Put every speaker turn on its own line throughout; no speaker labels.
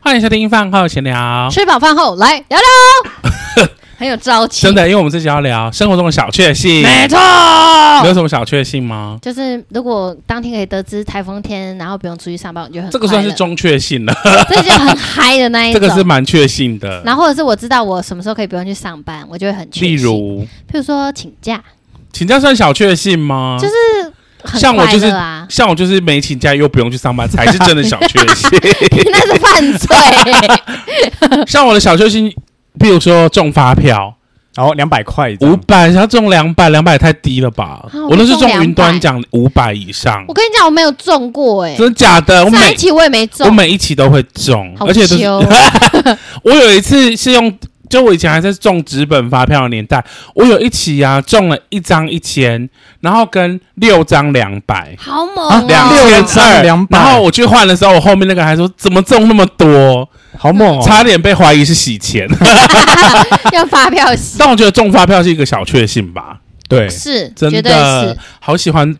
欢迎收听饭后闲聊。
吃饱饭后来聊聊， 很有朝气，
真的，因为我们这集要聊生活中的小确幸。
没错。
你有什么小确幸吗？
就是如果当天可以得知台风天，然后不用出去上班，我觉得很
这个算是
快乐，
中确幸了，
这就很嗨的那一
这
种。
个是蛮确幸的。
然后或者是我知道我什么时候可以不用去上班，我就会很确
例
幸，
如，
譬如说请假，
请假算小确幸吗？
就是很
像我
快
就是
乐啊，
像我就是没请假又不用去上班，才是真的小确 幸。
那是 犯罪。
像我的小确幸，比如说中发票
然后两百块一张
五百，要中两百，两百太低了吧？
啊
我都是中
我中
云端奖五百以上
我，跟你讲，我没有中过哎、
真的假的？我
上一
每
期我也没
我
中，
每一期都会中，
好
而且都是
糗哦
我有一次是用，就我以前还在中纸本发票的年代，我有一期啊中了一张一千，然后跟六张两百。
好猛
啊
哦、
两
六
千
张
二，
200
然后我去换的时候，我后面那个还说怎么中那么多，
好猛哦！
差点被怀疑是洗 钱。
要发票洗
但我觉得中发票是一个小确幸吧，
对，
是，
真
绝对
的
是
好喜欢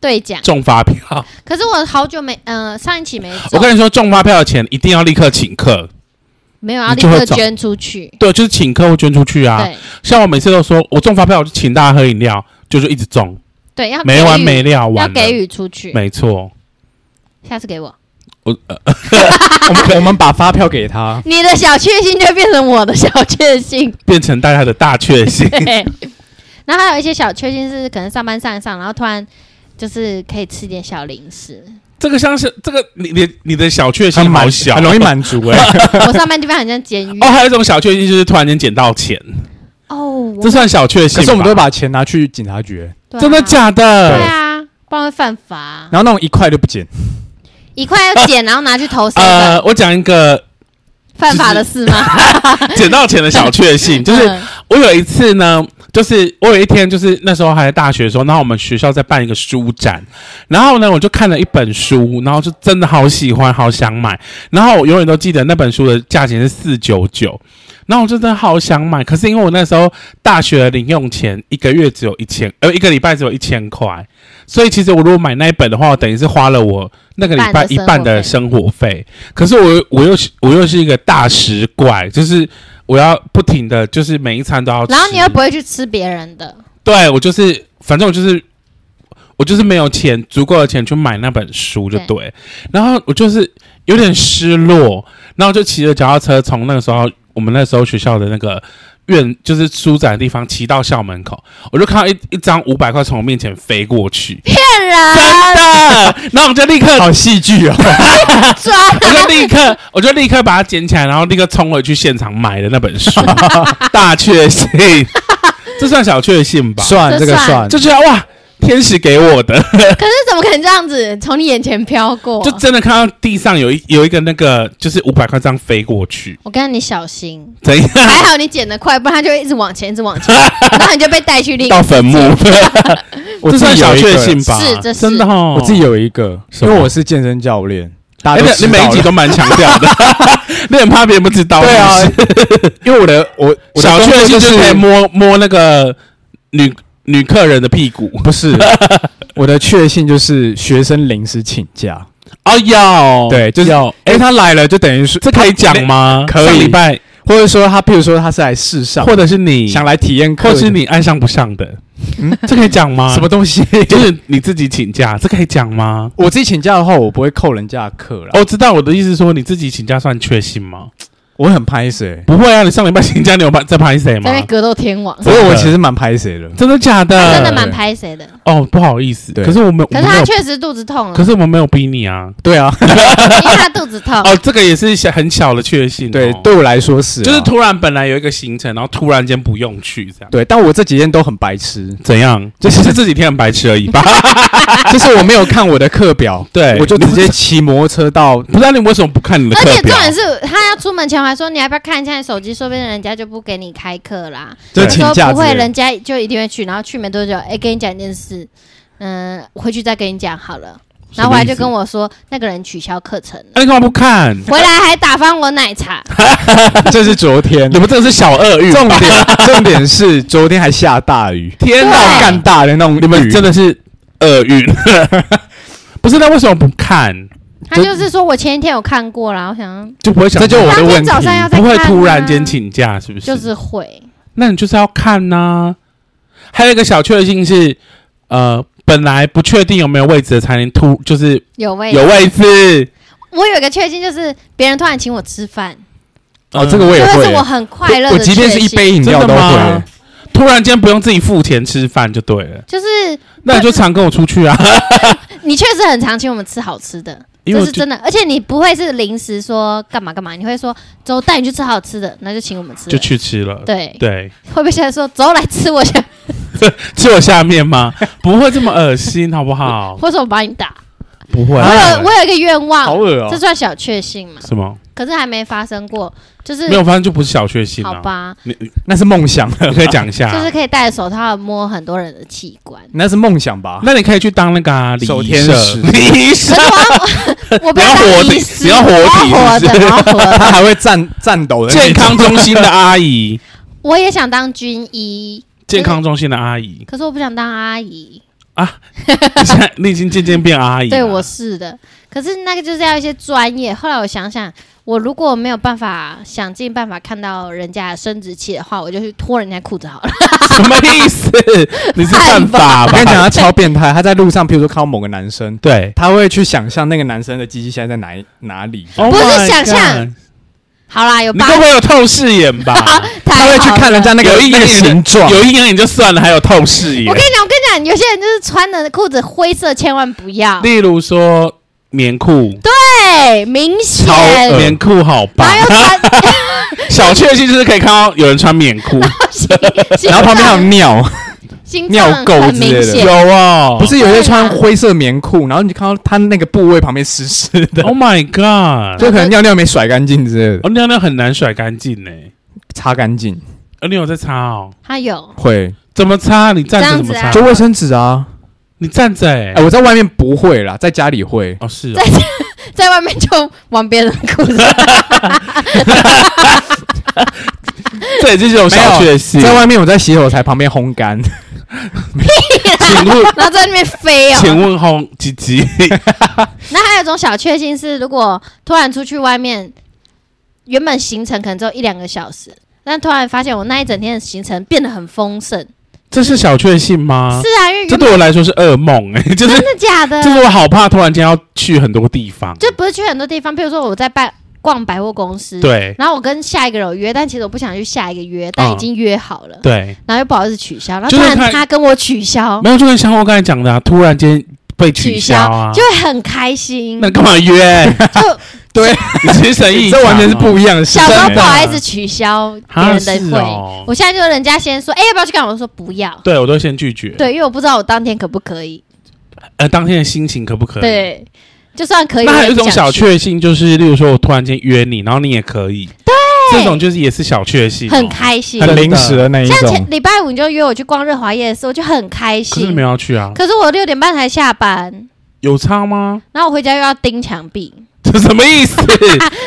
对奖。
中发 票。
可是我好久没，呃，上一期没
我
中，
跟你说，中发票的钱一定要立刻请客，
没有要
你
立
就会
刻
中
捐出去。
对，就是请客或捐出去啊。
对
像我每次都说，我中发票我就请大家喝饮料，就是一直中，
对，要
没
给
完
予
没了
要
玩了。
给予出去，
没错，
下次给我。
我 们我们把发票给他，
你的小确幸就变成我的小 确幸，
变成大家的大确 幸。
对。然后还有一些小确幸是可能上班上一上，然后突然就是可以吃点小零 食。
这个像是这个你你你的小确
很
幸好
满
小，
很容易 满足哎。
我上班地方很像监狱
哦。还有一种小确幸就是突然间捡到钱，
哦，我
这算小确幸吧。
可是我们都会把钱拿去警察局，
对啊
真的假
对
的？
啊，不然会犯法啊。
然后那种一块都不捡，
一块要捡，然后拿去投谁的
呃，我讲一个
犯法的事吗？
捡到钱的小确 幸，就是
嗯
我有一次呢，就是我有一天，就是那时候还在大学的时候，然后我们学校在办一个书展，然后呢，我就看了一本书，然后就真的好喜欢，好想买，然后我永远都记得那本书的价钱是四九九，然后我就真的好想买，可是因为我那时候大学的零用钱一个月只有一千，呃，一个礼拜只有一千块，所以其实我如果买那一本的话，我等于是花了我那个礼拜一
一
半
半
的
的
生活费，可是我我又是我又是一个大食怪，就是。我要不停的，就是每一餐都要吃。
然后你又不会去吃别人的，
对我就是，反正我就是，我就是没有钱，足够的钱去买那本书就对。然后我就是有点失落，然后就骑着脚踏车从那个时候，我们那时候学校的那个院，就是书展的地方，骑到校门口，我就看到一一张五百块从我面前飞过去，
骗人啊
真 的。然后我就立刻，
好戏剧哦。
抓
我就立刻，我就立刻把它捡起来，然后立刻冲回去现场买的那 本书，大确幸。这算小确幸吧？
算
这
这个
算
算，
就觉得哇，天使给我的，
可是怎么可能这样子从你眼前飘过？
就真的看到地上有一有一个那个就是五百块这样飞过去，
我跟你 小心，
怎样？
还好你捡得快，不然它就会一直往前，一直往 前，然后你就被带去另一
到坟墓，
我
这
自
算
己
小
有一
确
个，
幸吧？
是这是
真的哦。
我自己有一个，
什
因
么
为我是健身教练，大
哎，
家
你
都
你
知道
每一集
了
都蛮强调的， 你很怕别人不知道。
对啊
是不是，
因为我的我我的
小
工
确
作
幸
就
就是可以
是
摸摸那个女女客人的屁股。
不是我的确幸就是学生临时请假，
哦，要
对，就是
要，
哎
哎，
他来了就等于是
这可以讲吗？
可以
上礼拜，
或者说他，譬如说他是来试上，
或者是你，
想来体验课，
或是你爱上不上的
嗯，
这可以讲吗？
什么东西？
就是你自己请假，这可以讲吗？
我自己请假的话，我不会扣人家的课啦。
哦，知道我的意思是说，你自己请假算确幸吗？
我很拍谁，
不会啊，你上礼拜请假，你有拍在拍谁
在
吗
那？边格斗天王，
不过我其实蛮拍谁的。
真的假的？
他真的
吗
蛮拍谁的。
哦，不好意思，
对
可是我们，
可
我们
是
没
他
有，
确嗯实肚子痛了
可，是我们没有逼你啊。
对啊，
因为他肚子痛。
哦，这个也是小很小的确幸哦，
对，对我来说是啊，
就是突然本来有一个行程，然后突然间不用去，这样，
对，但我这几天都很白痴
怎样？
就是
就是这几天很白痴而 已吧。
就是我没有看我的课表，
对，
我就直接骑摩托车到。
不知道哎 你为什么不看你的啊
而
课
且重
表，
点是，他要出门前我还说你要不要看一下你手机，说不定人家就不给你开课啦。
就
对
请
说
假
不会，
之类的
人家就一定会去。然后去没多久，哎，跟你讲一件事，嗯，回去再跟你讲好了。然后回来就跟
我，
我说，那个人取消课程了，
哎你干嘛不看？
回来还打翻我奶茶。
这是昨天
你。们这个是小鳄鱼吧，
重点 重点是昨天还下大雨，
天哪，
对啊
干大的那种 雨。
你们真的是厄运，不是？那为什么不看？
他就是说我前一天有看过啦，我想
就不会想
这就我的
当
问
天
题
早上要再
不
看、
会
啊，
突然间，请假，是不是？
就是会。
那你就是要看呐、还有一个小确幸是，呃，本来不确定有没有位置的餐厅，突就是
有味道
有位置。
我有一个确幸就是别人突然请我吃饭，
哦
哦，
这
这
个
个我
这
也
个
会
是我，很快乐的
我
确
即
幸。
便是一杯饮
真
料
的
都
吗
会，？
突然间不用自己付钱吃饭就对了，
就是
那你就常跟我出去啊，
你确实很常请我们吃好吃的，
因为
这
我
是
就
真的。而且你不会是临时说干嘛干嘛，你会说走带你去吃好吃的，那就请我们吃了。
就去吃了。
对，
对，
会不会现在说走来吃我想，
吃我下面吗？ 不会这么恶心，好不好？
或者我把你打？
不会
我有我有一个愿
好
望，
恶哦
这。算小确幸嘛？
什么？
可是还没发生过，就是
没有，反正就不是小确幸
好
啊。
吧，
那是梦想，
你可以讲一下啊，
就是可以戴着手套摸很多人的器 官。
那是梦想吧？
那你可以去当那个啊礼
守
仪
天
社
使
礼仪社
可是我要 我不要
你要活
当
体
医师，
你要活
我
体
活
是不
的，我要活 的。
他还会战战斗的那种
健康中心的阿 姨，
我也想当军医，
健康中心的阿姨，
可是我不想当阿姨。
你现在你已经渐渐变阿姨了。
对，我是的。可是那个就是要一些专业。后来我想想，我如果没有办法想尽办法看到人家的生殖器的话，我就去脱人家裤子好了。
什么意思？你是犯法
我
吧？
跟你 讲，他超变态。他在路上，譬如说看到某个男生，
对，
他会去想象那个男生的机器现在在哪一哪里，
不是
Oh my
想象
God，
好啦，有
你
八
该不会有透视眼吧？
他
太
会去
好
看
了
人家那个
有一
那
眼
个形状。
有阴阳眼就算了，还有透视眼
我跟。你讲，我跟你讲，有些人就是穿的裤子灰色，千万不要。
例如说棉裤，
对，明显。
超
然
棉裤好棒
后。又穿，
小确幸就是可以看到有人穿棉 裤，
心
然后旁边还有
脏
尿，
哦
心
尿
脏
垢
很
之
明
类的
有
显。
哦，
不是有些穿灰色棉裤，然后你看到他那个部位旁边湿湿 的，
？Oh my god！
就可能尿尿没甩干净之类的，
哦，尿尿很难甩干净呢。
擦干净
哦，你有在擦哦？
他有，
会
怎么擦？你站着怎么
这样
擦？
子
就卫生纸啊。
你站着哎、
哎，我在外面不会啦，在家里会。
哦是哦
在，在外面就往别人 的裤子。
这 也是一种小确幸。
在外面我在洗手台旁边烘干，
请问，
然后在那边飞哦。
请问红吉吉，
那还有一种小确幸是，如果突然出去外面，原本行程可能只有一两个小时，但突然发现我那一整天的行程变得很丰盛。
这是小确幸吗？
是啊，因为
这
原本
对我来说是噩梦哎、 就是
真的假的？
就是我好怕突然间要去很多地方，
就不是去很多地方，比如说我在办逛百货公司，，
对啊
然后我跟下一个人有约，但其实我不想去下一个约，但已经约好了，
对，
然后又不好意思取消，然后
就
突
是
然
看
他跟我取消，
没有就跟像我刚才讲的、啊，突然间被取消啊，
就会很开心，
那干嘛约？
嗯 就
你其实神意，
这完全是不一样的事
小。时候
真
不
的
好意思取消别
啊
人的
是
会，
哦，
我现在就人家先说，哎、要不要去干嘛？我说不要。
对我都先拒绝，，
对，因为我不知道我当天可不可以。
呃，当天的心情可不可以？。
对，就算可以，
那
我
还
也
有一
不
种
想
小
去
确幸，就是例如说我突然间约你，然后你也可以，对，这种就是也是小确幸、哦
很。开心。
很临时的那一
像
种
前，礼拜五你就约我去逛日华夜市，我就很开
可是你
心
没。有要去啊？
可是我六点半才下班，
有差 吗？
然后我回家又要盯墙壁，
这什么意思？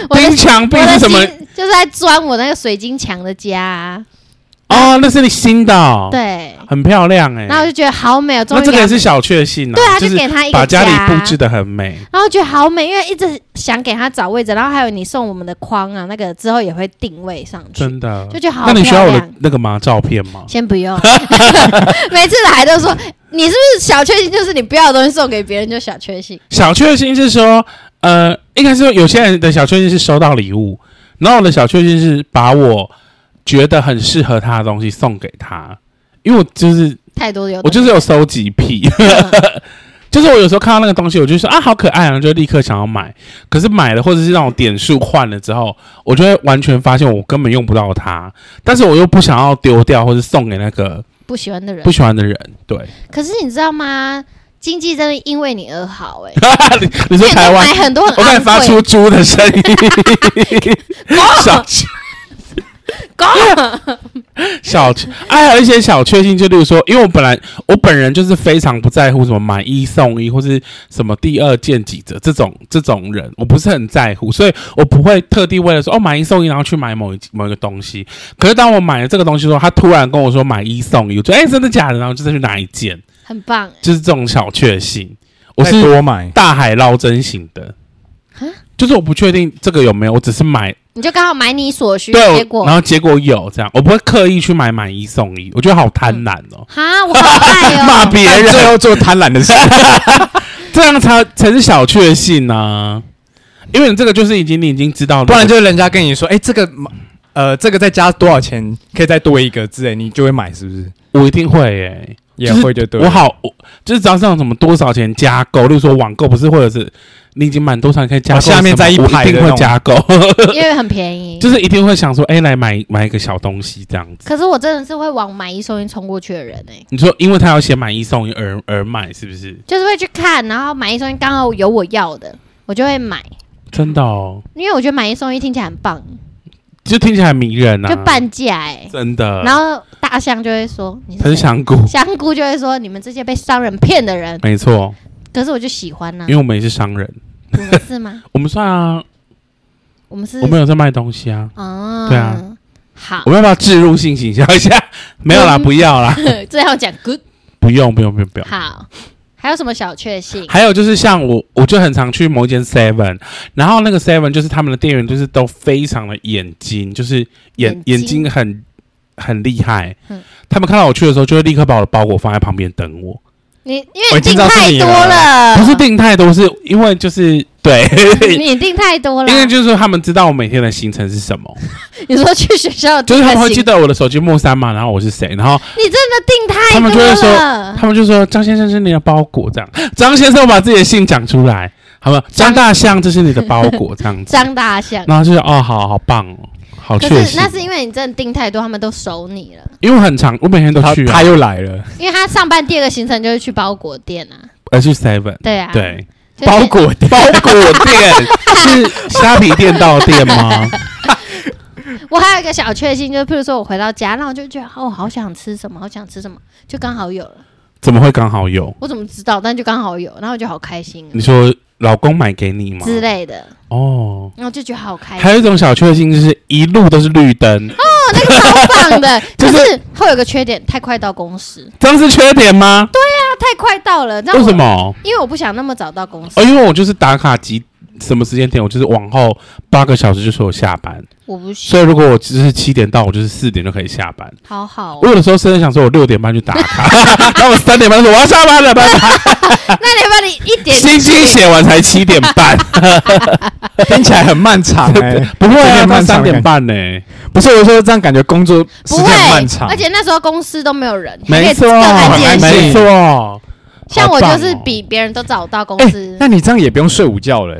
我的
钉墙壁
我的
是什
心
么？
就是在钻我那个水晶墙的家啊、
哦，那是你新的、哦，，
对，
很漂亮哎、
然后我就觉得好美哦，终
那
于
这个
给
也
他
是小确幸啊，
对啊，
就
就是给他一
把
个
家里布置的很美。
然后我觉得好美，因为一直想给他找位置，然后还有你送我们的框啊，那个之后也会定位上去，
真的
就，觉得好
那
漂亮。
你需要我的那个吗？照片吗？
先 不用， 每次来都说你是不是小确幸，就是你不要的东西送给别人就小确幸。
小确幸是说，呃，应该是说有些人的小确幸是收到礼物，然后我的小确幸是把我觉得很适合他的东西送给他，因为我就是
太多有，嗯
我就是有收集癖， 就是我有时候看到那个东西，我就说啊好可爱啊，然后就立刻想要买。可是买了或者是那种点数换了之后，我就会完全发现我根本用不到它，但是我又不想要丢掉或是送给那个
不喜欢的人
不。喜欢的人。对，
可是你知道吗？经济真的因为你而好哎、
你你说
因为你
台
都
湾
买，很多很
我刚才
昂
发
贵
出猪的声音，小
狗，
小，哎，还有一些小确幸，就例如说，因为我本来我本人就是非常不在乎什么买一送一或是什么第二件几折这种这种人，我不是很在乎，所以我不会特地为了说哦买一送一，然后去买某一某一个东西。可是当我买了这个东西之后，他突然跟我说买一送一，我觉得哎、真的假的，然后就再去拿一件，
很棒、欸。
就是这种小确幸。我
我
是
多买。
大海捞针型的，就是我不确定这个有没有，我只是买
你就刚好买你所需，
对，
结
我
果
然后结果有这样，我不会刻意去买买一送一，我觉得好贪婪哦，
哈，我好爱
骂
哦，
别
但
人
最后做贪婪的事，
这样才才是小确幸啊，因为你这个就是已经你已经知道了，
不然就是人家跟你说，哎、这个呃，这个再加多少钱，可以再多一个之类，你就会买，是不是？
我一定会诶、
也会就对了。
我好，我就是只要上什么多少钱加购，例如说网购不是，或者是你已经满多少钱可以加购
哦
什么，
下面再一排
我一定
的那
会
种
加 购，
因为很便宜。
就是一定会想说，哎、来买买一个小东西这样子。
可是我真的是会往买一送一冲过去的人哎、
你说，因为他要写买一送一而而买，是不是？
就是会去看，然后买一送一刚好有我要的，我就会买，
真的哦，
因为我觉得买一送一听起来很棒，
就听起来很迷人啊，
就半价哎、
真的。
然后大象就会说你
他是呃
谁
香菇，
香菇就会说你们这些被商人骗的 人，
没错，
可是我就喜欢呐、啊
因为我们也是商人，
你们 是吗？
我们算啊，
我们是
我们有在卖东西啊。
哦，
对啊，
好
我，们要不要置入性行销一下？ 没有啊啦，
嗯
不要啦，
这要讲 good
不用，不用，不用，不用。
好，还有什么小 确幸？
还有就是像我，我就很常去某一间 Seven，然后那个 Seven 就是他们的店员就是都非常的眼睛，就是眼眼
眼
睛
睛
很很厉害。
嗯
他们看到我去的时候，就会立刻把我的包裹放在旁边等我。
你因
我
为
已
订
经知道是
太
你
多
了
了，
不是订太多，是因为就是对，
你订太多 了，
因为就是说他们知道我每天的行程是什么，
你说去学校
就
订
是他
的
们会
行
记得我的手机末三嘛，然后我是谁，然后
你真的订太
他们就
多
会说
了。
他们就说张先生是你的包裹，这样张先生我把自己的姓讲出来，好吗？张大象这是你的包裹，这样子。
张大象，
然后就是哦，好好棒哦，好
可
确
是
实，
那是因为你真的订太多，他们都熟你了。
因为我很常，我每天都
他
去、啊
他，又来了，
因为他上班第二个行程就是去包裹店啊，
而呃去 Seven，
对啊，，
对，
包裹店，包
果店 是虾皮店到店吗？
我还有一个小确幸，就是譬如说我回到家，然后我就觉得哦，好想吃什么，好想吃什么，就刚好有了。
怎么会刚好有？
我怎么知道？但就刚好有，然后我就好开心啊
你说老公买给你吗？
之类哎的，
哦，
然后就觉得好开心哦
还，有一种小确幸就是一路都是绿 灯，
那个超棒的。
就
可
是
是会有个缺点，太快到公司，
这样是缺点吗？
他太快到了，那
为
我
什？么？
因为我不想那么早到公司
哦，，因为我就是打卡及什么时间点，我就是往后八个小时就说我下班，
我不喜
所以如果我只是七点到，我就是四点就可以下班。
好好哦
我。有的时候甚至想说，我六点半去打卡， 然后我三点半说我要下班了，拜拜。
那你要不要你一点
星星写完才七点半，
听起来很漫 长哎、
不会
有
啊，
点
到
漫
三
长的
点
感觉。
半呢、
不是我说这样感觉工作时
不
间
会
很漫，长，
而且那时候公司都没有人，还可
没
以
错
各干自己的
很
事
安
没
静
啊
错。
像我就是
好棒哦
比别人都早到公
哎、
司，
那你这样也不用睡午觉了、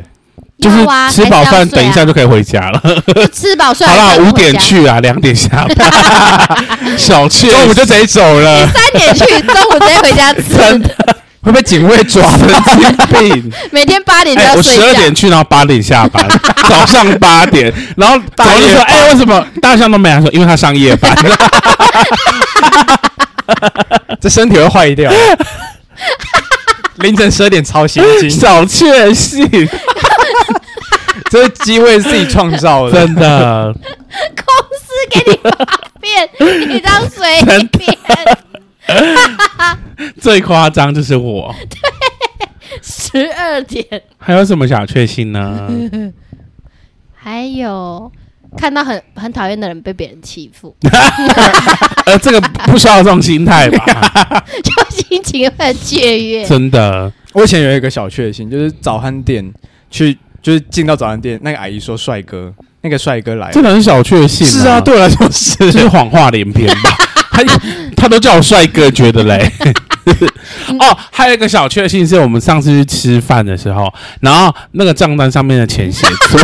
就是
要啊
吃饱
还
饭，
是要睡啊
等一下就可以回家了。
就吃饱睡
好
完
啦，
再回
五点
家，
去啊，两点下班， 小确
中午就直接走了，
三点去， 中午直接回
呃
家
真
吃，
会被警卫抓
神
的。
经病。
每天八点就
哎，
要
我
睡
十二
觉。
点去，然后八点下班，早上八点，然后早
大
上就
夜
说，
班
哎，为什么大象都没来？说因为他上夜班。
这身体会坏掉。啊 凌晨十二点超心惊，
小确幸，
这是机会自己创 造的。
真的。
公司给你八遍， 你当随便，
最夸张就是我。
十二点
还有什么小确幸呢？
还有。看到很很讨厌的人被别人欺负，
呃，这个不需要这种心态吧？
就心情会很雀跃。
真的，
我以前有一个小确幸，就是早餐店去，就是进到早餐店，那个阿姨说帅哥，那个帅哥来
这
了。
哪是小确幸、
是啊，，对我来说
这是
是。
谎话连篇吧？他他都叫我帅哥，觉得嘞。哦，还有一个小确幸是我们上次去吃饭的时候，然后那个账单上面的钱写错，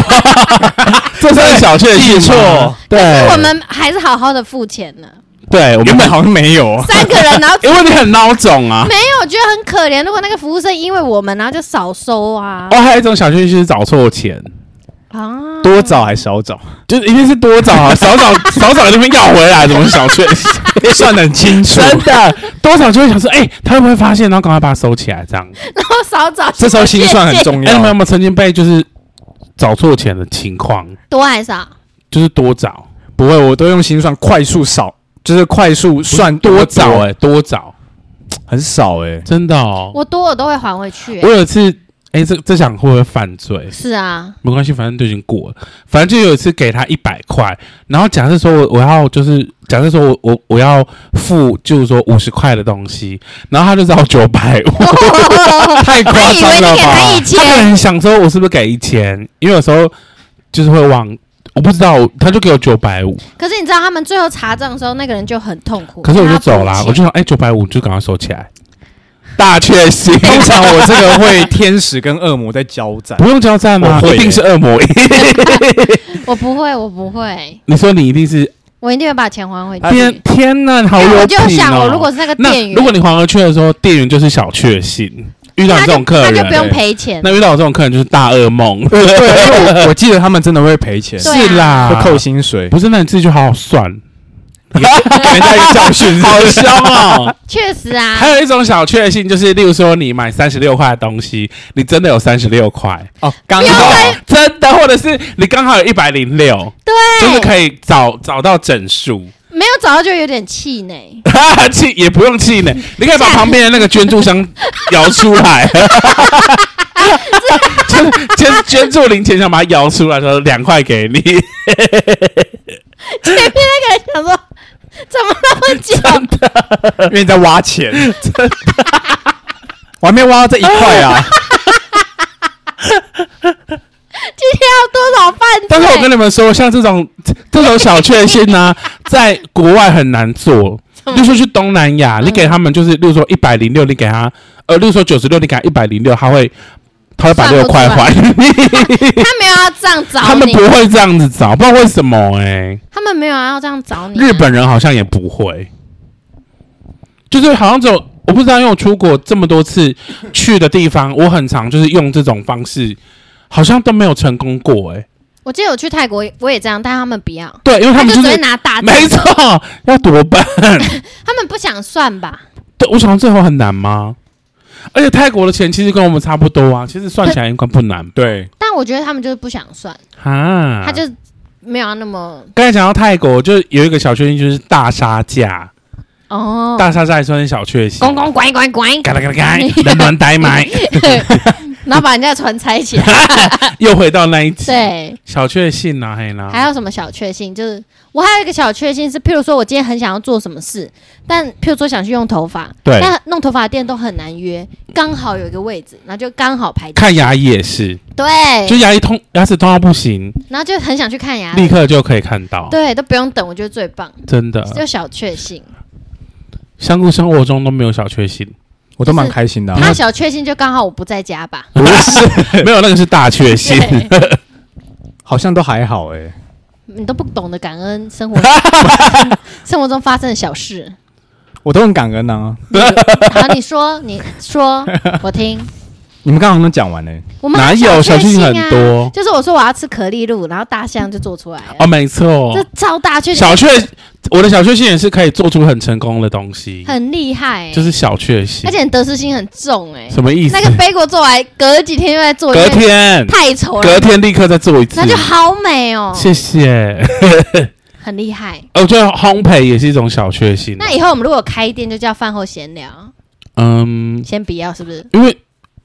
这算小确幸
记
吗
错？
对，
我们还是好好的付钱呢，
对，我
原
们
本好像没有哦，
三个人然后
因为你很孬种啊。
没有，我觉得很可怜。如果那个服务生因为我们，然后就少收啊
哦，还有一种小确幸是找错钱，哦
啊！
多早还少早，
就是一定是多找啊， 少找少找就被要回来，怎么是小确幸？
算得很清 楚。
真的，多少就会想说，哎、他会不会发现，然后赶快把它收起来，这样。
然后少找，
这时候心算很重
哎、你们有
要，
没有曾经被就是找错钱的情况？
多还少？
就是多找，
不会，我都用心算，快速少，就是快速算
多欸
早欸
找、，哎，多找，
很少哎。
真的哦。
我多我都会还回去、
我
欸。
有一次，哎，这这场会不会犯罪？
是 啊，
没关系，反正都已经过了。反正就有一次给他一百块，然后假设说我我要就是假设说我我我要付就是说五十块的东西，然后他就找我九百五，
他哦以为你给他一？
太夸张了吧
他可
千，
能想说我是不是给一千，因为有时候就是会忘，我不知道，他就给我九百五，
可是你知道他们最后查账的时候，那个人就很痛苦。
可是我就
他不
走啦，
钱
我就想哎九百五就赶快收起 来，大确幸，
通常我这个会天使跟恶魔在交 战
不，用交战吗？
我会
一定是恶 魔，
我不会，我不会，
你说你一定是
我一定会把钱还回去。
天天呐，好
因为
有
哎我
品
就
哦！
想，我如果是那个店
那
员，
如果你还回去的时候，店员就是小确幸，遇到
他
你这
就
种客
他就不
人，
用啊赔钱。
那遇到我这种客人就是大噩梦，
对，因为我我记得他们真的会赔钱，
对
是啦，
会扣薪水，
不是，那你自己就好好 算，
给人家一个教训，
好凶哦。
确实啊
还，有一种小确幸，就是例如说你买三十六块的东西，你真的有三十六块，
哦，刚
不要
好
再
真的，或者是你刚好有一百零六，就是
对，
可以找找到整数，
没有找到就有点气馁。
气也不用气 馁，你可以把旁边的那个捐助箱摇出来。 捐捐捐助零钱箱把它摇出来，说两块给你，
前面那个人想说，怎么那么久？
因为你在挖钱， 我还没挖到这一块啊，
今天要多少犯罪？
但是我跟你们说，像这种这种小确幸呢、在国外很难做。例如说去东南亚，
嗯
你给他们就是，例如说一百零六，你给他，呃，例如说九十六，你给他一百零六，他会他会把
算
六
不
块
出来
还你，
他没有要这样找你，
他们不会这样子找，不知道为什么哎、
他们没有要这样找你啊。
日本人好像也不会，就是好像只有我不知道，因为我出国这么多次去的地方，我很常就是用这种方式，好像都没有成功过哎、
我记得我去泰国我也这样，但他们不要，
对，因为他们
就
就
只会
是
拿大字，
没错，要多 笨。
他们不想算吧？
对，我想最后很难吗？而且泰国的钱其实跟我们差不多啊，其实算起来应该不难
对，
但我觉得他们就是不想算，
啊。
他就没有要那么
刚才讲到泰国，就有一个小确幸，就是大杀价，
哦，
大杀价也算是小确幸。
公公拐拐拐，
嘎啦嘎啦 嘎， 人乱呆 买，
然后把人家的船拆 起来。
又回到那一集。
对，
小确幸啊，嘿啦，
还有什么小确幸？就是我还有一个小确幸是，譬如说我今天很想要做什么事，但譬如说想去用头发，
对
但弄头发的店都很难约，刚好有一个位置，然后就刚好排队。
看牙医也是，就
对，
牙医通牙齿痛到不行，
然后就很想去看牙，
立刻就啊可以看到，
对，都不用等，我觉得最棒，
真的。
就小确幸。
相互生活中都没有小确幸，
我都蛮开心的啊，
他小确幸就刚好我不在家吧。
不是 没有那个是大确幸。
对，
好像都还好哎，
你都不懂得感恩 生活，生活中发生的小事。
我都很感恩啊，
好，你说，你说，我听。
你们刚刚都讲完欸嘞，
我们
哪
还
有
小
小确
幸
幸
啊
很多
就是我说我要吃可丽露，然后大象就做出来了，
哦？没错
这，超大确幸，
小确我的小确幸也是可以做出很成功的东西，
很厉害、欸，
就是小确幸
而。且你得失心很重哎、
什么意思
那？个杯果做完，隔几天又在做，
隔
因为
天，
太丑
隔
了，
天立刻再做一次
那，就好美哦、
谢谢。
很厉害。
我觉得烘焙也是一种小确幸。啊
那以后我们如果开店，就叫饭后闲聊，
嗯，
先不要是不是？
因为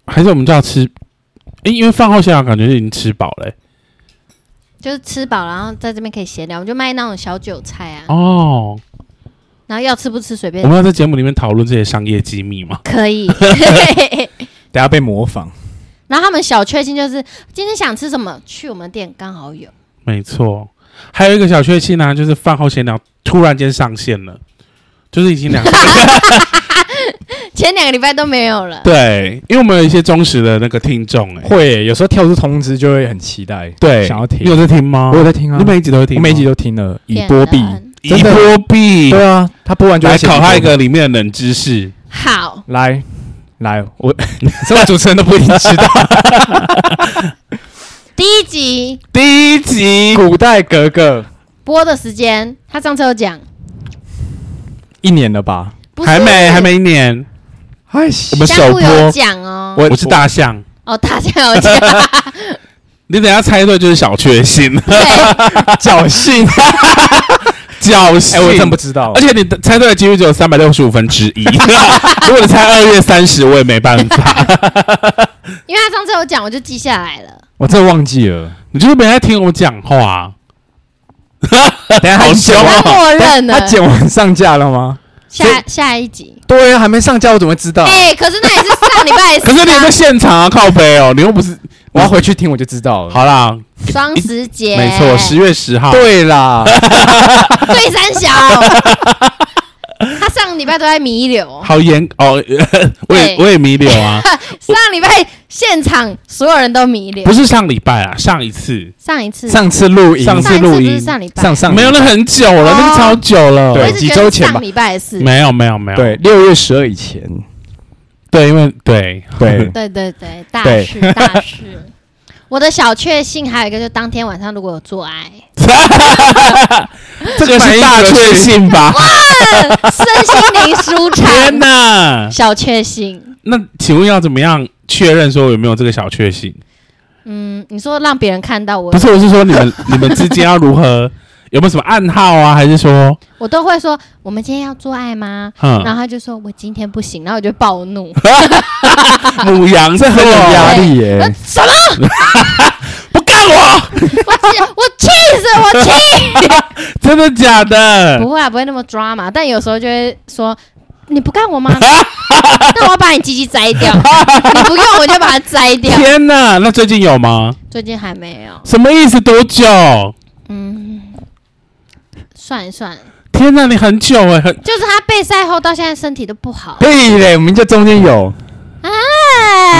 还是我们就要吃，诶因为饭后现场感觉就已经吃饱了、欸
就是吃饱，然后在这边可以闲聊，我们就卖那种小韭菜啊，
哦。
然后要吃不吃随便
我，们要在节目里面讨论这些商业机密吗？
可以。
等下被模仿，
然后他们小确幸就是今天想吃什么，去我们店刚好有。
没错，还有一个小确幸呢、就是饭后闲聊突然间上线了，就是已经 两
前两个礼拜都没有了。
对，因为我们有一些忠实的那个听众哎、
会欸有时候跳出通知就会很期待，
对，
想要
你有
听，
在听吗？
我有在听啊
你，每一集都会听
我
吗，
每一集都听了，以波
骗
币，
人
以
真的
波币
对啊，他播完就会
来
写
考他一
波币
个里面的冷知识。
好，
来来，我 这个主持人都不一定知道。
第一集
第一集
古代格格
播的时间，他上次有讲，
一年了吧？
不是
还没还，没一年，
哎，
我们
香
首
菇有
播，
讲哦，
我是大象。
哦，大家有讲，
你等一下猜对就是小确幸，
对，
侥幸，
侥幸。
哎，我真不知道
而，且你的猜对的几率只有三百六十五分之一。 如果你猜二月三十，我也没办法。
因为他上次有讲，我就记下来了。
我真的忘记 了。
你就是没在听我讲话，啊
等一下
好
他
凶
剪完
他默认了
他剪完上架了吗？
下下一集，
对啊，还没上架，我怎么会知道？
哎、可是那也是上礼 拜
可是你有在
四
现场啊，靠背哦，你又不是。
我要回去听我就知道了。
好啦，
啊双十节，
没错，十月十号。
对啦，
对三小， 他上礼拜都在弥留，
好严哦， 我也
对
我也弥留啊，
上礼拜现场所有人都弥留
不，是上礼拜啊，上一次
上一次
上次录音，
上次
上一
录
不
音
是上礼拜，
上上
没有，那很久了，那
哦
个超久了，
我一
对
直
几
觉
周
得是
前吧
上礼拜的事，
没有没有没有，
对六月十二以前，
对，因为对
对
对对对，大
对
事大事。我的小确幸还有一个，就当天晚上如果有做爱，
这个是大确幸吧？
身心灵舒
啊 天
畅，
哪！
小确幸。
那请问要怎么样确认说有没有这个小确幸？
嗯，你说让别人看到我
不，是，我是说你 们你们之间要如何有没有什么暗号啊？还是说，
我都会说我们今天要做爱吗？然
嗯，
后他就说我今天不行，然后我就暴怒，
母羊座
哦
这很有压力
我
耶。
什么？
不干我，
我气，我气死， 我气！
真的假的？
不会啊，不会那么 drama，但有时候就会说你不干我吗？ 那我要把你鸡鸡摘掉， 你不用我就把它摘掉。
天哪！那最近有吗？
最近还没有，
什么意思？多久？
嗯，算一算，
天哪，你很久哎、 很
就是他被晒后到现在身体都 不好
对嘞，我们就中间有，
啊！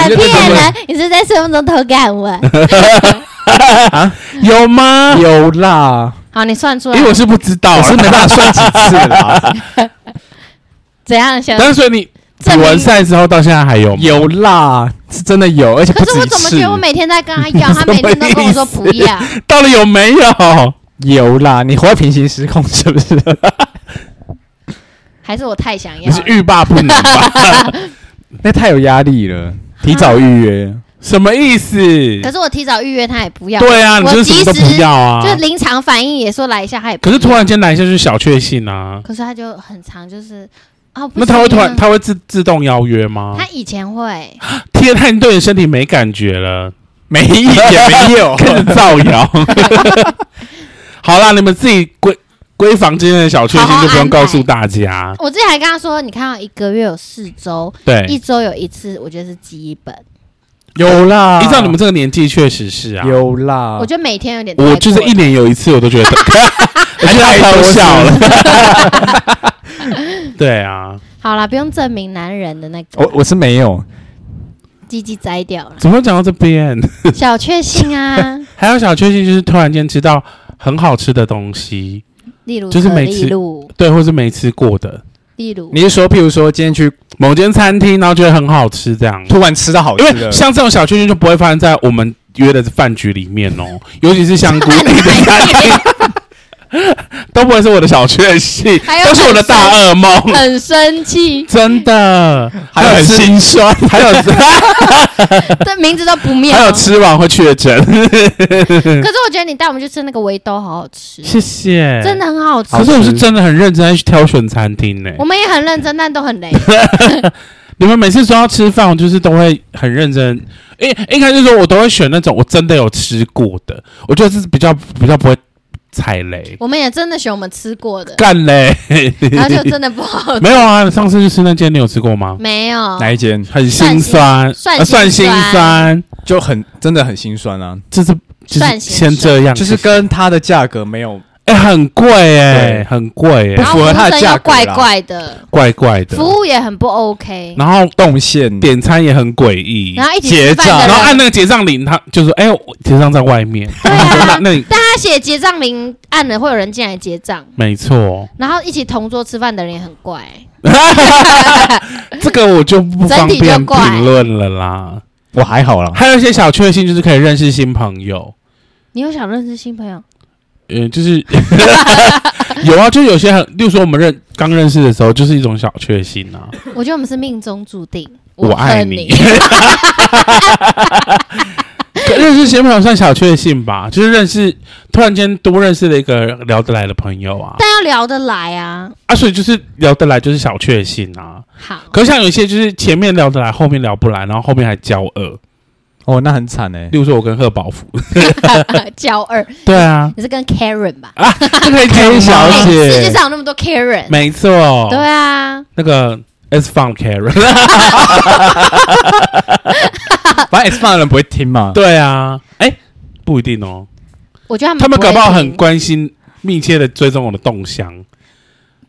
你就
骗
在这么
人！你是在生活中偷看我？
有吗？
有啦，
好，你算出来
因为我是不知道，啊
我是没办法算几次 啦，
怎样想？
但是所以你
证
比
明
完赛之后到现在还有吗？
有啦，是真的有，而且不
可是
止
我
一
怎么
次
觉。得我每天在跟他 要，他每天都跟我说不要，
到底有没有？
有啦，你活在平行时空是不是？
还是我太想
你
要
是
了？
欲罢不能吧？
那太有压力了，提早预约。
啊
什么意思？
可是我提早预约他也不要，
对啊，你
我
就是什
及
么
时
都不要啊
就。临场反应也说来一下，他也不
可是突
要，
然间来一下就是小确幸啊。
可是他就很长，就是哦，不
那他会
行
突
啊
然，他会自自动邀约吗？
他以前会，
天，那你对你身体没感觉 了，
没也没
哦
有
开始造谣。好啦，你们自己闺闺房之间的小确幸就不用告诉大 家。
我之前还跟他说，你看到一个月有四周，
对，
一周有一次，我觉得是基本，
有啦，
依照你们这个年纪，确实是啊。
有啦，
我觉得每天有点太
我就是
过
一
了
年有一次，我都觉得 我觉得
还
太
太
搞
多次
笑 了。对啊，
好啦，不用证明男人的那个
我我是没有，
鸡鸡摘掉了，
怎么会讲到这边？
小确 幸啊，
还有小确幸就是突然间知道很好吃的东西，
例如
就是
可
每
丽
次
露，
对，或是没吃过的
例如
你是说，譬如说今天去
某间餐厅，然后觉得很好吃这样。
突然吃到好
因
吃的
为，像这种小确幸就不会发生在我们约的饭局里面 哦，尤其是香菇地的餐厅，都不会是我的小确幸，
还有
都是我的大噩梦，，
很生气
真的。
还有很
吃
心酸，
还有吃
这名字都不妙
还有
哦。
吃完会确诊，
可是我觉得你带我们去吃那个围兜，好好吃，
谢谢。
真的，很好吃
可。是我是真的很认真在去挑选餐厅呢、
我们也很认真，但都 很累。
你们每次说要吃饭，我就是都会很认真。应应该是说，我都会选那种我真的有吃过的，我觉得是比较比较不会踩雷、
我们也真的选我们吃过的，
干雷。
然后就 真的不好吃。
没有啊，上次去吃那间你有吃过吗？
没有，
哪一间
很心酸，
蒜
呃
蒜
心
心酸
酸，
就很真的很心酸啊，
就是就是
蒜心
先这样，
就是跟它的价格没有
哎很贵哎，
对
很贵哎，
然后
不符合
服务
它的
生
价
又
格啦
怪怪的，
怪怪的。
服务也很不 OK，
然后
动线，
点餐也很诡异，
然后一起吃
结账
饭的
然后按
人，
那个结账铃，他就说：“哎，我结账在外面。”
对啊
那你
他写结账铃按了会有人进来结账，
没错，
然后一起同桌吃饭的人也很怪，
这个我就不方
整体
便
就怪
评论了啦。
我还好啦，
还有一些小确幸，就是可以认识新朋友。
你有想认识新朋友？
嗯，就是 有啊，就有些很，例如说我们认刚认识的时候，就是一种小确幸啊。
我觉得我们是命中注定，
我爱
恨
你
你。
可认识新朋友算小确幸吧，就是认识突然间多认识了一个聊得来的朋友啊，
但要聊得来啊。
啊，所以就是聊得来就是小确幸啊。
好，
可是像有一些就是前面聊得来，后面聊不来，然后后面还交恶。
哦，那很惨哎、
例如说，我跟贺宝福，
骄二，
对 啊，
你是跟 Karen 吧？
啊，这可以讲
K
吗
小
哎
姐
世界上有那么多 Karen，
没错，
对啊，
那个 S Fun Karen，
反正 S 放的人不会听嘛。
对啊，哎，不一定哦，
我觉得他们
他们
不会
搞不好
听
很关心，密切的追踪我的动向。。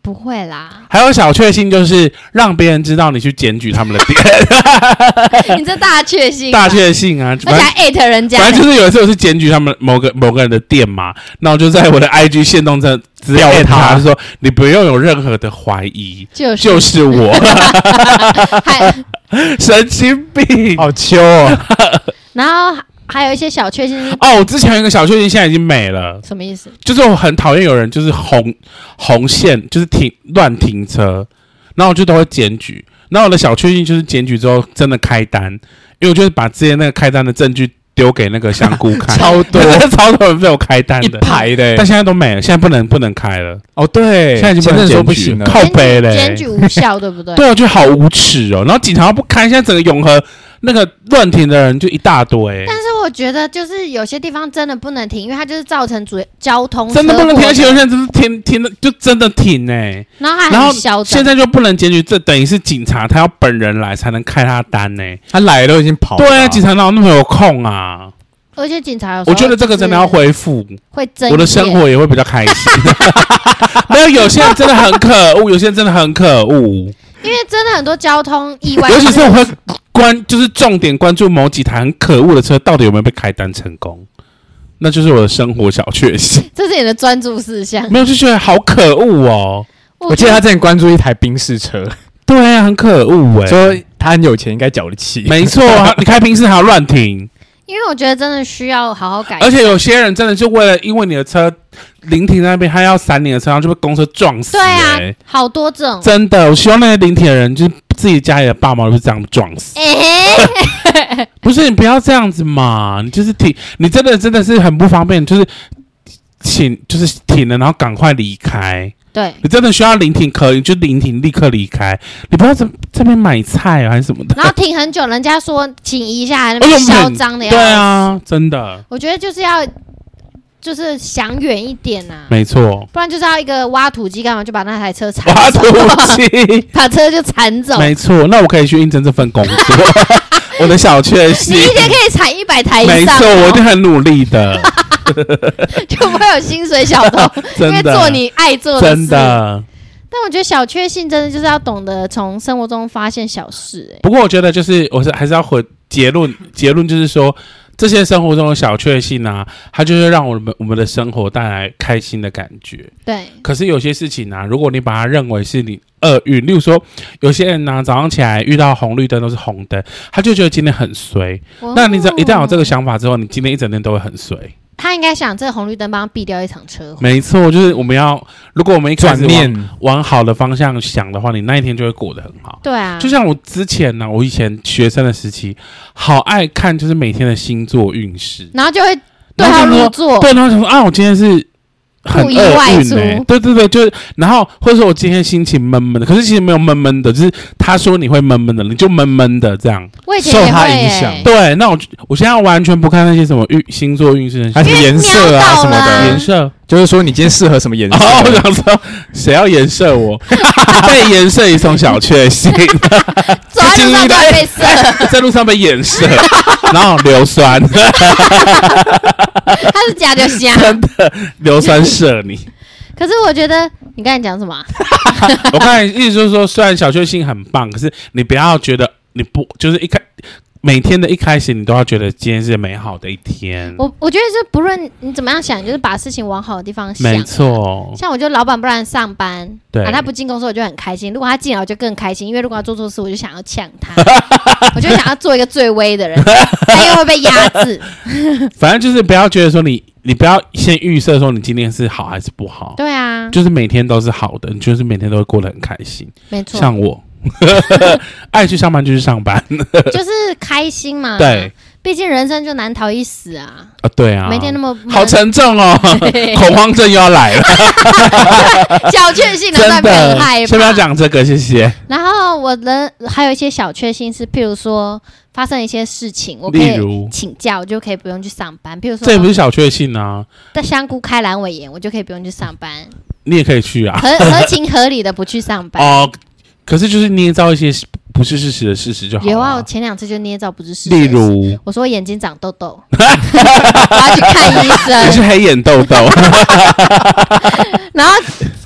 不会啦
还有小确幸就是让别人知道你去检举他们的点，
你这大确幸，
大，确幸啊，
而
反正
且还艾特人家，
反正就是有一次我是检举他们某个某个人的店嘛，那我就在我的 IG 线动这资料
吊他
他，就说你不用有任何的怀疑，
就是
就是 我，
还
神经病。
好秋哦，
然后还有一些小确幸是
哦，我之前有一个小确幸，现在已经没了。
什么意思？
就是我很讨厌有人就是红红线就是停乱停车，然后我就都会检举。然后我的小确幸就是检举之后真的开单，因为我就是把之前那个开单的证据丢给那个香菇看，
超多
超多人被我开单
一
的，
排的、欸
但现在都没了，现在不能不能开了，
哦，对，
现在已经
前
不能
阵子说
检
不
举
行了。
靠背嘞，
检举检举无效，对不对？
对，我觉得好无耻哦。然后警察不开，现在整个永和那个乱停的人就一大堆，
但是我觉得就是有些地方真的不能停，因为它就是造成主交通
真的不能停，而且有些
车祸
人真的停停的就真的停哎、
然后还
然后
很嚣张。
现在就不能检举，这等于是警察他要本人来才能开他单呢、
他来都已经跑了。
对啊，警察哪有那么有空啊？
而且警察有时候
我觉得这个真的要
就是
恢复，
会增
我的生活也会比较开心。 没有，有些人真的很可恶，有些人真的很可恶，
因为真的很多交通意外，
尤其是我会关，就是重点关注某几台很可恶的车到底有没有被开单成功，那就是我的生活小确幸。
这是你的专注事项。
没有就觉得好可恶哦，
我记得他之前关注一台宾士车，
对啊，很可恶哎、
说他很有钱，应该缴得起。
没错，
啊
啊你开平时还要乱停。
因为我觉得真的需要好好改。
而且有些人真的是为了因为你的车临停那边，他要闪你的车，然后就被公车撞死、
对啊嗯
欸，
好多这种，
真的，我希望那些临停的人就是自己家里的爸妈都是这样撞死。
哎、
不是你不要这样子嘛，你就是停，你真的真的是很不方便，就是请就是停了，然后赶快离开。
对，
你真的需要临停可以，你就临停立刻离开，你不要这这边买菜、啊、还是什么的
然。后停很久，人家说请移一下，还那
而且我
么
们
嚣
很
张的样
对
子。，
啊，真的
我觉得就是要就是想远一点呐、啊，
没错，
不然就是要一个挖土机干嘛就把那台车铲
挖
走
土，机。
把车就铲走。
没错，那我可以去应征这份工 作，我的小确幸
你。一天可以铲一百台以
没
上、
错，我一定
哦，
很努力的，
就不会有薪水小偷，因为
真的，
做你爱做的
真
事。
的。
但我觉得小确幸真的就是要懂得从生活中发现小事、哎，
不过我觉得就是，我是还是要回结论，结论就是说，这些生活中的小确幸啊，它就是让我们我们的生活带来开心的感觉。
对，
可是有些事情啊，如果你把它认为是你厄运，例如说，有些人呢、啊早上起来遇到红绿灯都是红灯，他就觉得今天很衰。那你只要一旦有这个
哦，
想法之后，你今天一整天都会很衰。
他应该想这个红绿灯帮他避掉一场车祸。
没错，就是我们要，如果我们一开
哦转
始往
念，
往好的方向想的话，你那一天就会过得很好。
对
嗯
啊，
就像我之前呢、我以前学生的时期，好爱看就是每天的星座运势，
然后就会对
然后
号
想
入
说，
座，
对，然后想说啊，我今天是很
不
厄
意外
运
出
欸对对对，就是，然后或者说我今天心情闷闷的，可是其实没有闷闷的，就是他说你会闷闷的，你就闷闷的这样。
我以前也
受
会、
他
哎
影响
对，那我就我现在完全不看那些什么运星座运势的
还
什
是
么
颜色啊
因为瞄到
什么
了啊
的
颜，色。
就是说你今天适合什么 颜色。
哦，我想说，谁要颜射我？被颜射一种小确幸，
走啊在路上都会被射，
在路上被颜射，然后硫酸，
他是假就瞎。
硫酸射你。
可是我觉得你刚才讲什么啊、
我看意思就是说，虽然小确幸很棒，可是你不要觉得你不就是一开每天的一开始，你都要觉得今天是美好的一天。
我我觉得就不论你怎么样想，就是把事情往好的地方想。啊
没错，
像我就老板不让上班，
对
啊，他不进公司我就很开心。如果他进来我就更开心，因为如果他做错事，我就想要呛 他，我就想要做一个最威的人， 他又会被压 制。
反正就是不要觉得说你，你不要先预设说你今天是好还是不好，
对啊，
就是每天都是好的，你就是每天都会过得很开心。
没 错，
像我，爱去上班就去上班，
就是开心嘛。
对，
毕竟人生就难逃一死啊，
啊，对啊，
每天那么
好沉重哦，
对
恐慌症又要来了，
小确幸
真
难怪别人
的
害。
先不要
怕。
讲这个，谢谢。
然后我人还有一些小确幸是，譬如说发生一些事情，我可
例
以
如，
请假，我就可以不用去上班。譬如
这也不
说，
是小确幸啊，
在香菇开阑尾炎，我就可以不用去上班，
你也可以去 啊。
合合情合理的不去上班。
哦，可是就是捏造一些不是事实的事实就好了。
有啊，我前两次就捏造不是事实。
例，如
我说我眼睛长 痘痘，我要去看医
你 是
生，
黑眼啊痘痘，
然后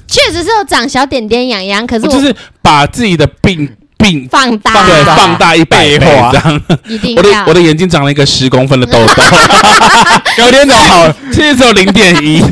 确实是有长小点点痒痒，可 是
我就
我
是把自己的病病
呃放大，
对
大
放大一百倍
倍化
这 样。
一定
我的
要
我。的眼睛长了一个十公分的痘痘， 有点长好，现在只有零点一，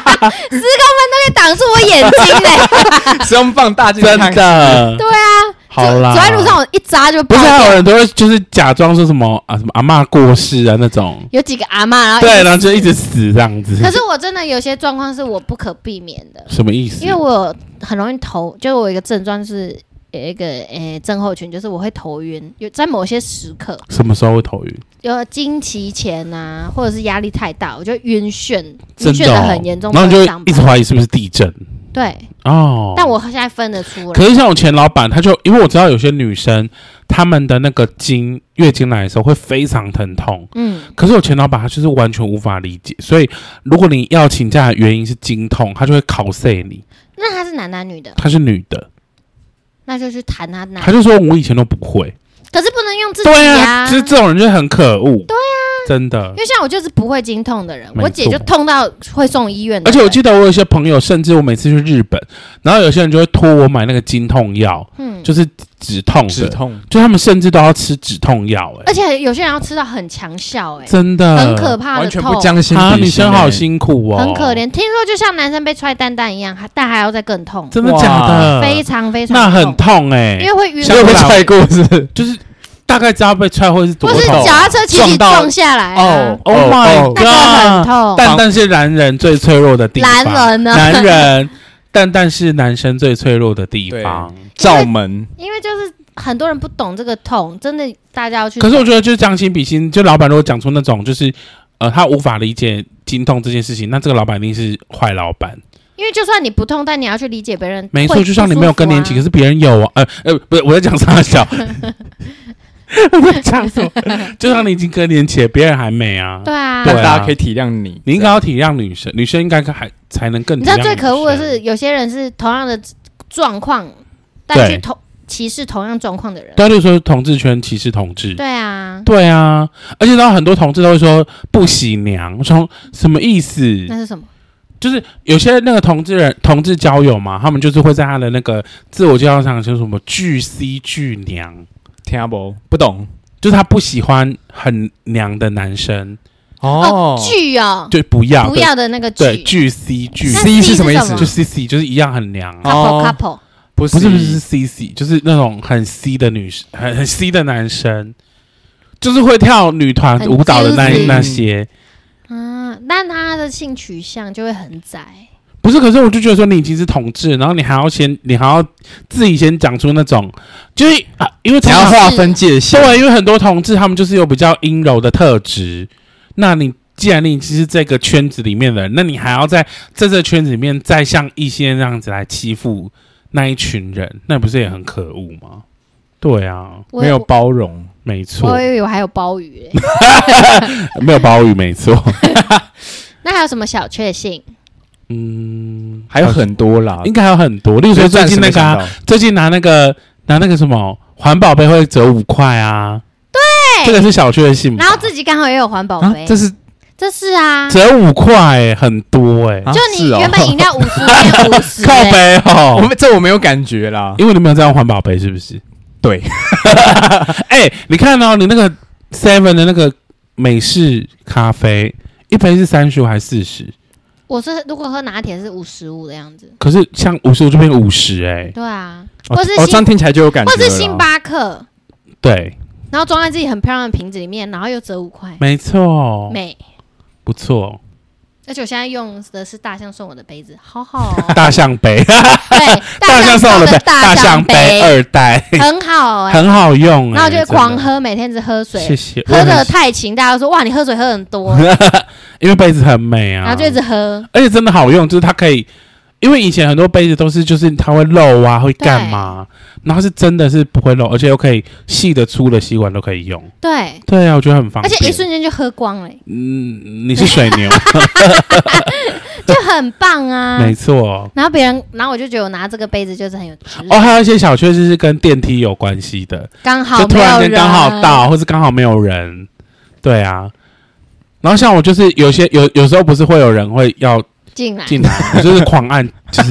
会挡住我眼睛嘞、
使用放大镜
真
看，
的。
对啊，
好啦，
走在路上我一扎就
不
爆
是啊还有
掉。
很多就是假装说什么啊什么阿嬷过世啊那种，
有几个阿嬷，然后
对，啊
一直
然后就一直死这样子。
啊可是我真的有些状况是我不可避免的，
什么意思？
因为我很容易头，就是我有一个症状是有一个诶、症候群，就是我会头晕，有在某些时刻，
什么时候会头晕？
有经期前呐、或者是压力太大，我就晕眩，晕
真
眩
的、
的
哦、
很严重，
然后你就会
不能上
一直
班
怀疑是不是地震
对，
哦。
但我现在分得出来，
可是像我前老板，他就因为我知道有些女生她们的那个经月经来的时候会非常疼痛，
嗯，
可是我前老板他就是完全无法理解，所以如果你要请假的原因是经痛，他就会考碎你。
那他是男男女的，
她是女的，
那就去谈他男
他，就说我以前都不会。
可是不能用自己啊
对
呀、
就是这种人就很可恶。对啊，真的
因。为像我就是不会经痛的人，
没
我姐
错
就痛到会送医院的
而
人，
且我记得我有一些朋友，甚至我每次去日本，然后有些人就会托我买那个经痛药，
嗯，
就是止痛的
止，痛，
就他们甚至都要吃止痛药、欸，
而且有些人要吃到很强效、欸，
真的
很可怕的
完全
痛，
不将心
啊，
比
女
心
生
欸
好辛苦哦，
很可。怜。听说就像男生被踹蛋蛋一样，还但还要再更痛，
真的假的？
非常非
嗯
常
那很
痛，
痛哎、
因为会晕
像
有
我
被踹过是不是？
就是大概知道被踹会是多
或是
痛
脚。踏车骑骑
撞到
撞下来啊，
哦
Oh my
那个很痛。
蛋蛋是男人最脆弱的地方，
男人呢啊
男人，蛋蛋是男生最脆弱的地方。
罩门
因为就是很多人不懂这个痛，真的大家要去。
可是我觉得，就是将心比心，就老板如果讲出那种就是，呃，他无法理解经痛这件事情，那这个老板一定是坏老板。
因为就算你不痛，但你要去理解别人会不舒服啊。
没错，就像你没有更年期，可是别人有啊。呃呃，不是，我在讲啥 小？我在讲什么？就像你已经更年期了，别人还没啊。
对啊
对
但
啊
大家可以体谅你，
你应该要体谅女生，女生应该还才能更。
你知道最可恶的是，，有些人是同样的状况，但
对
去同歧视同样状况的人。
对，啊就说同志圈歧视同志。
对啊，
对啊，而且然后很多同志都会说不喜娘，我说什么意思？
那是什么？
就是有些那个同志人、同志交友嘛，他们就是会在他的那个自我介绍上说什么巨 C 巨娘，
听不不懂
就是他不喜欢很娘的男生，
哦，剧哦，
就不要
不要的那个
啊对对
剧
巨 C 巨
那
C 是什么意
是什
思？
么
就 C C 就是一样很娘啊，
couple
哦
couple，
不
不是不是 C C 就是那种很 C 的女生，很很 C 的男生，就是会跳女团
很
舞蹈的那
juicy
那些。
嗯，但他的性取向就会很窄，
不是，可是我就觉得说你已经是同志，然后你还要先，你还要自己先讲出那种，就是、啊、因为
你
通常
要划分界限，
对，因为很多同志他们就是有比较阴柔的特质。那你既然你是这个圈子里面的人，那你还要在在这圈子里面再像异性恋那样子来欺负那一群人，那不是也很可恶吗？对啊，
我
没有包容，
没错
我，以为我还有包欸鱼嘞。
没有包雨，没错。
那还有什么小确幸？
嗯，
还有很多啦。
应该还有很多，例如
所
说
以
最
暂
近
时
那
没
个、
想
啊，
到，
最近拿那个拿那个什么环保杯会折五块啊，
对
这个是小确幸吧。
哎然后自己刚好也有环保
啊
杯，，
这是
这是啊，就
折五块、很多哎、
啊
你
是哦
原本饮料五十变五十，欸
靠背哦，
我们这我没有感觉啦。
因为你没有在用环保杯，是不是？
啊对，
哎、你看哦，你那个 Seven 的那个美式咖啡，一杯是三十五还是四十？
我是如果喝拿铁是五十五的样子，
可是像五十五这边五十哎，
对啊，
哦
或是
哦，这样
星
听起来就有感觉
或
了啦。
是星巴克，
对，
然后装在自
哦
己很漂亮的瓶子里面，然后又折五块，
没错，
美。
不错，。
而且我现在用的是大象送我的杯子，好好、哦
大象杯，
对，
大象送我的杯，
大
大象杯
杯
二代，
很好哎、
很好用、欸，
然后就会
真的
狂。喝，每天只喝
谢
水，
谢，
喝
我
的
很
太勤，大家都说哇，你喝水喝很 多，
因为杯子很美啊，
然后就一直喝。
而且真的好用，就是它可以，因为以前很多杯子都是就是它会漏啊，会干嘛，然后是真的是不会漏，而且又可以细的、粗的吸管都可以用。
对，
对啊，我觉得很方
而
便。
且一瞬间就喝光了、欸
嗯，你是水牛，
就很棒啊。
没错。
然后别人，然后我就觉得我拿这个杯子就是很有质
哦，
感，
还有一些小确幸是跟电梯有关系的，
刚、
就
好
突
没
然
有
间
人，
刚好到，或是刚好没有人，对啊。然后像我就是有些有有时候不是会有人会要
进 来，
进来，我就是狂按，就是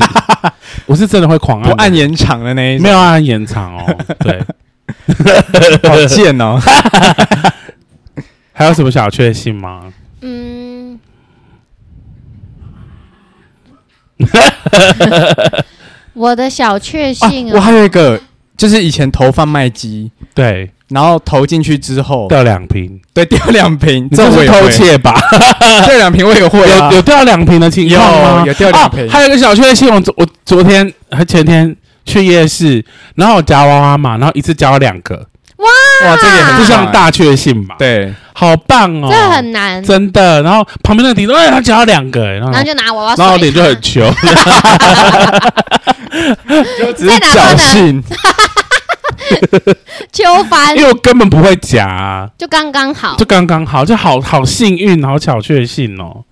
我是真的会狂
不
按，
按延长的那一种，
没有按延长哦，对。
好贱哦。
还有什么小确幸吗？
嗯，我的小确
啊
幸、
我
哦
还有一个，就是以前投贩卖机，
对，
然后投进去之后，
掉两瓶，
对，掉两瓶，
你
哦这我
是
也
偷
会，
窃吧？
掉两瓶我也会啊
有有掉两瓶的情况吗？
有有掉两 瓶
哦还有一个小确幸，我昨我昨天和前天去夜市，然后我夹娃娃嘛，然后一次夹了两个，
哇，这个也很
这
爽
像
欸
大确幸吧？，
对，
好棒哦，
这很难，
真的。然后旁边那个弟弟，哎，他夹了两个，哎然后
然后就拿娃娃
然后我
甩
脸就
他
很糗，
就只
是再
是
拿到
侥
的
幸，
秋翻
因，为我根本不会夹啊，
就刚刚好
就，刚刚好，就好好幸运，好小确幸哦。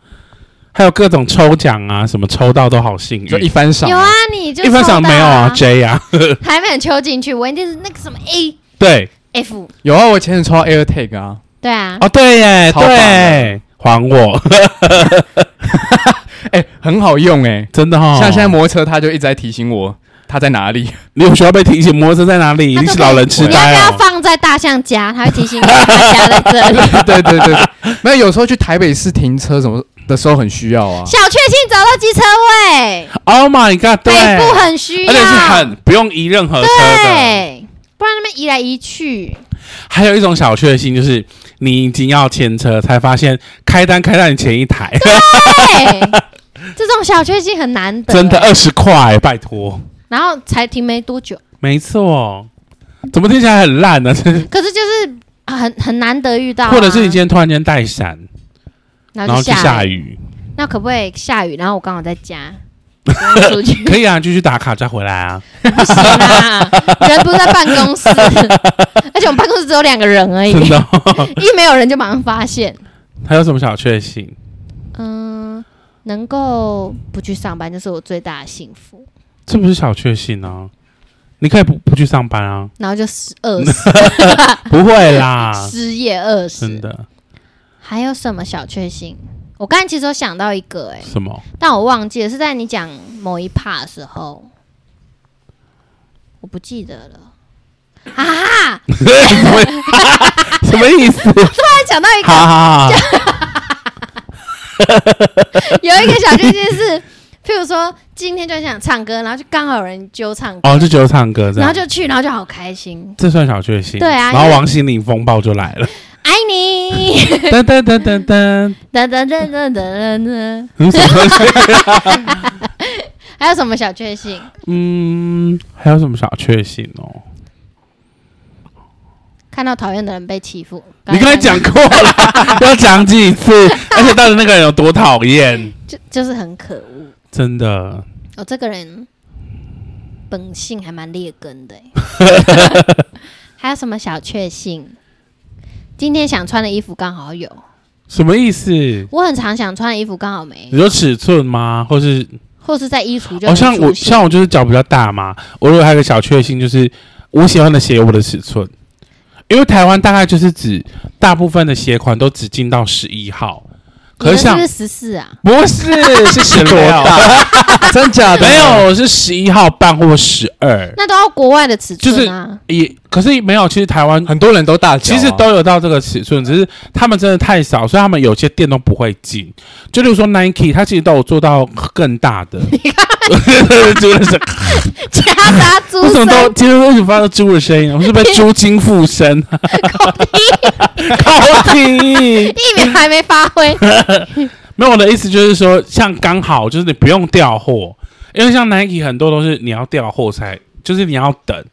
还有各种抽奖啊，什么抽到都好幸运，
就一番赏。
有啊，你就
一般想
抽到
没有啊，J 啊，
还没有抽进去，我一定是那个什么 A
对，
F，
有啊，我前阵抽到 AirTag 啊，
对啊，
哦对耶，
超棒的
对，还我，
哎，很好用哎，
真的哈、哦。
像现在摩托车它就一直在提醒我它在哪里，
你有需要被提醒摩托车在哪里？
他
你
都
是
可以
老人痴
你要
呆
不要
哦。
放在大象家？他会提醒你 他家在 这里。
对对对，对 没有有时候去台北市停车什么的时候很需要啊，
小确幸找到机车位，
Oh my god，对，
北部很需要，
而且是很不用移任何车的。
对，不然那边移来移 去，
还有一种小确幸就是，你已经要牵车，才发现开单开到你前一台，
对，这种小确幸很难得，
真的。二十块，拜托。
然后才停没多久，
没错，怎么听起来很烂呢、
可是就是很很难得遇到啊，
或者是你今天突然间带伞，然
然
后
后
就
就
下
雨，
雨，
那可不可以下雨？然后我刚好在 家，不用出去
可以啊，继续打卡再回来啊。
不行啦， 人不在办公室， 而且我们办公室只有两个人而已，
真的哦、
一没有人就马上发现，
还有什么小确幸？
嗯，能够不去上班就是我最大的幸福，
这不是小确幸啊！你可以不不去上班啊，
然后就失饿 死，啊
不会啦，
失业饿
真
死，
的
还有什么小确幸？我刚才其实有想到一个、欸，
什么？
但我忘记了，是在你讲某一 part 的时候，我不记得了。啊！
什么意 思？
突然想到一个，
好好好，
有一个小确幸是，譬如说今天就很想唱歌，然后就刚好有人揪唱歌，
哦，就只有唱歌这样
然后，就去，然后就好开心，
这算小确幸。
对啊
然
因
后
为
王心凌风暴就来 了，
爱你，
噔噔噔噔噔，
噔噔噔噔噔噔噔。
嗯什么东西
还有什么小确幸？
嗯，还有什么小确幸哦？
看到讨厌的人被欺负，
你刚才讲过 了，要讲几次？而且到底那个人有多讨厌？
就就是很可恶。
真的，
我、这个人本性还蛮劣根 的欸、还有什么小确幸？今天想穿的衣服刚好有，
什么意思？
我很常想穿的衣服刚好没
你，说尺寸吗？或是
或是在衣橱就
哦，像我
出现
像我就是脚比较大嘛，我如果还有个小确幸就是我喜欢的鞋有我的尺寸，因为台湾大概就是指大部分的鞋款都只进到十一号，可
你
是
的是
像
不是十四啊？
不是 是十
多
六，
大？ 真假的？
没
啊
有是十一号半或十二，
那都要国外的尺寸啊，
也可是没有，其实台湾
很多人都大脚啊、
其实都有到这个尺寸，只是他们真的太少，所以他们有些店都不会进。就例如说 Nike，它其实都有做到更大 的。 真的是，
夹杂猪
为什么都
身，
今天为什么发出猪的声音？我是被猪精附 身，
口蹄
好听。
疫苗还没发挥，
没有我的意思就是说，像刚好就是你不用调货，因为像 Nike 很多都是你要调货才，就是你要等。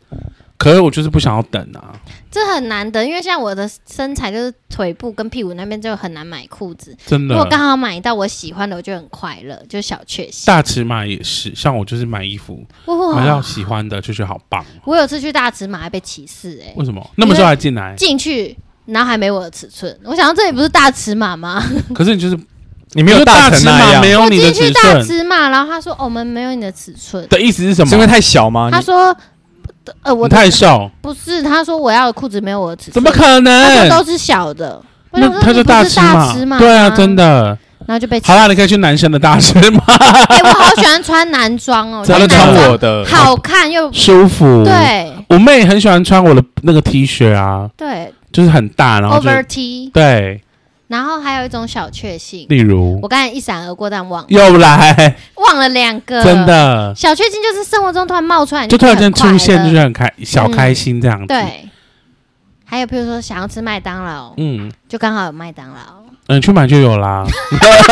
可是我就是不想要等啊，
这很难得，因为像我的身材就是腿部跟屁股那边就很难买裤子。
真
如果刚
的。
好买到我喜欢的，我就很快乐，就小确幸。
大尺码也是，像我就是买衣服，买到
哇！
喜欢的就觉得好棒。
我有次去大尺码还被歧视哎、
为什么那么时候还进 来？
进去然后还没我的尺寸，我想到这里不是大尺码吗？
可是你就是
你没有
大
成
尺
那
码，
样
没，有
我
你的
进
尺
去大
寸
尺码，然后他说、哦我们没有你的尺寸，
的意思是什
是因为
么？
太小吗？
他
你
说呃我
你
的
太瘦，
不是，他说我要的裤子没有我的尺寸，
怎么可
他说
能？
都是小的。我想
哎那
说
他
你
就
不是
尺
大尺码，
码，对啊，真
的。
的。
然后就被气
好啦，你可以去男生的大尺码，
哎、我好喜欢穿男装 哦，
真的
他都
我觉得
假
穿
的嗯
男
我
装
的，啊
好看又
舒服。，
对
我妹很喜欢穿我的那个 T 恤啊，
对
就是很大，然后就
，over T，
对，
然后还有一种小确幸，
例如
我刚才一闪而过，但忘了
又 来，
忘了两个，
真的，
小确幸就是生活中突然冒出来，你
就突然间出现，就
觉得
是很开小开心这样子。
很快乐，嗯对。还有，譬如说想要吃麦当劳，
嗯。
就刚好有麦 当劳。
嗯，去买就有啦，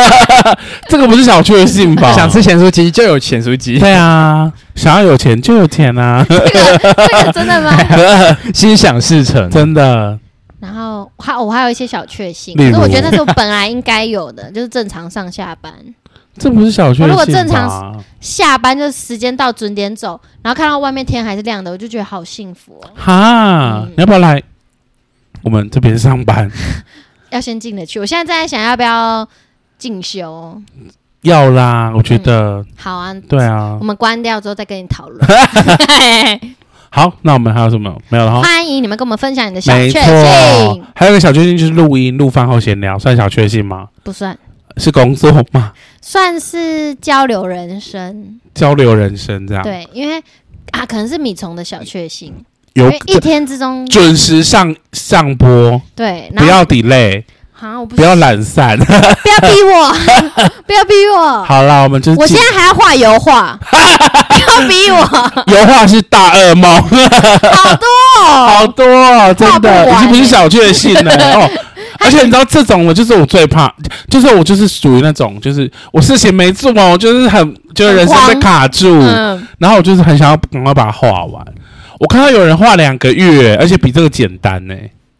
这个不是小确幸吧？
想吃咸酥鸡就有咸酥鸡，
对啊，想要有钱就有钱啊，
嗯
这个这个真的吗？
心想事成。
真的。
然后还我还有一些小确幸，
例如
可是我觉得那是我本来应该有的， 就是正常上下班。
这不是小确幸吧？
我如果正常下班就是时间到准点走，然后看到外面天还是亮的，我就觉得好幸福哦。
哈，
嗯
你要不要来我们这边上班？
要先进得去，我现在正在想要不要进修。
要啦，我觉得，
好啊，
对 啊
我。们关掉之后再跟你 讨论。
好，那我们还有什么没有了哈？
欢迎你们跟我们分享你的小
没
确
错
幸，，
还有一个小确幸就是录音录饭后闲聊，算小确幸吗？
不算
是工作吗？
算是交流人生。
交流人生这样，，
对，因为啊，可能是米虫的小确幸，因
有
为一天之中
准时上上播，
对，
不
然后
要 delay，
啊，我不
不要懒散。
不要逼我， 不要逼我。
好啦，我们就是
我现在还要画 油画，不要逼我，好
油画是大噩梦，
多、哦。
好多哦，真
画不
的
完
已经不是小确幸了哦。而且你知道这种，我就是我最怕，就是我就是属于那种，就是我事情没做完，我就是很就是人生被卡住，
嗯，
然后我就是很想要赶快把它画完。我看到有人画两个月，而且比这个简单呢、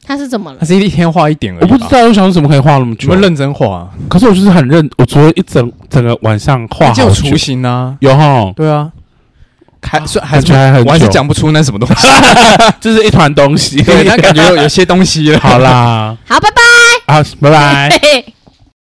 他是怎么了
他？是一天画一点而已
我
吧，
不知道，我想说怎么可以画那么
你
久
们？认真画，
可是我就是很认，我昨天一整整个晚上画
就
好
有
久
雏，形啊。
有哈，
对啊，还算还
感觉还很久
我还是讲不出那什么东西，
就是一团东西。
对，但感觉有有些东西 了。
好啦，
好，拜拜。
好，拜拜。
嘿嘿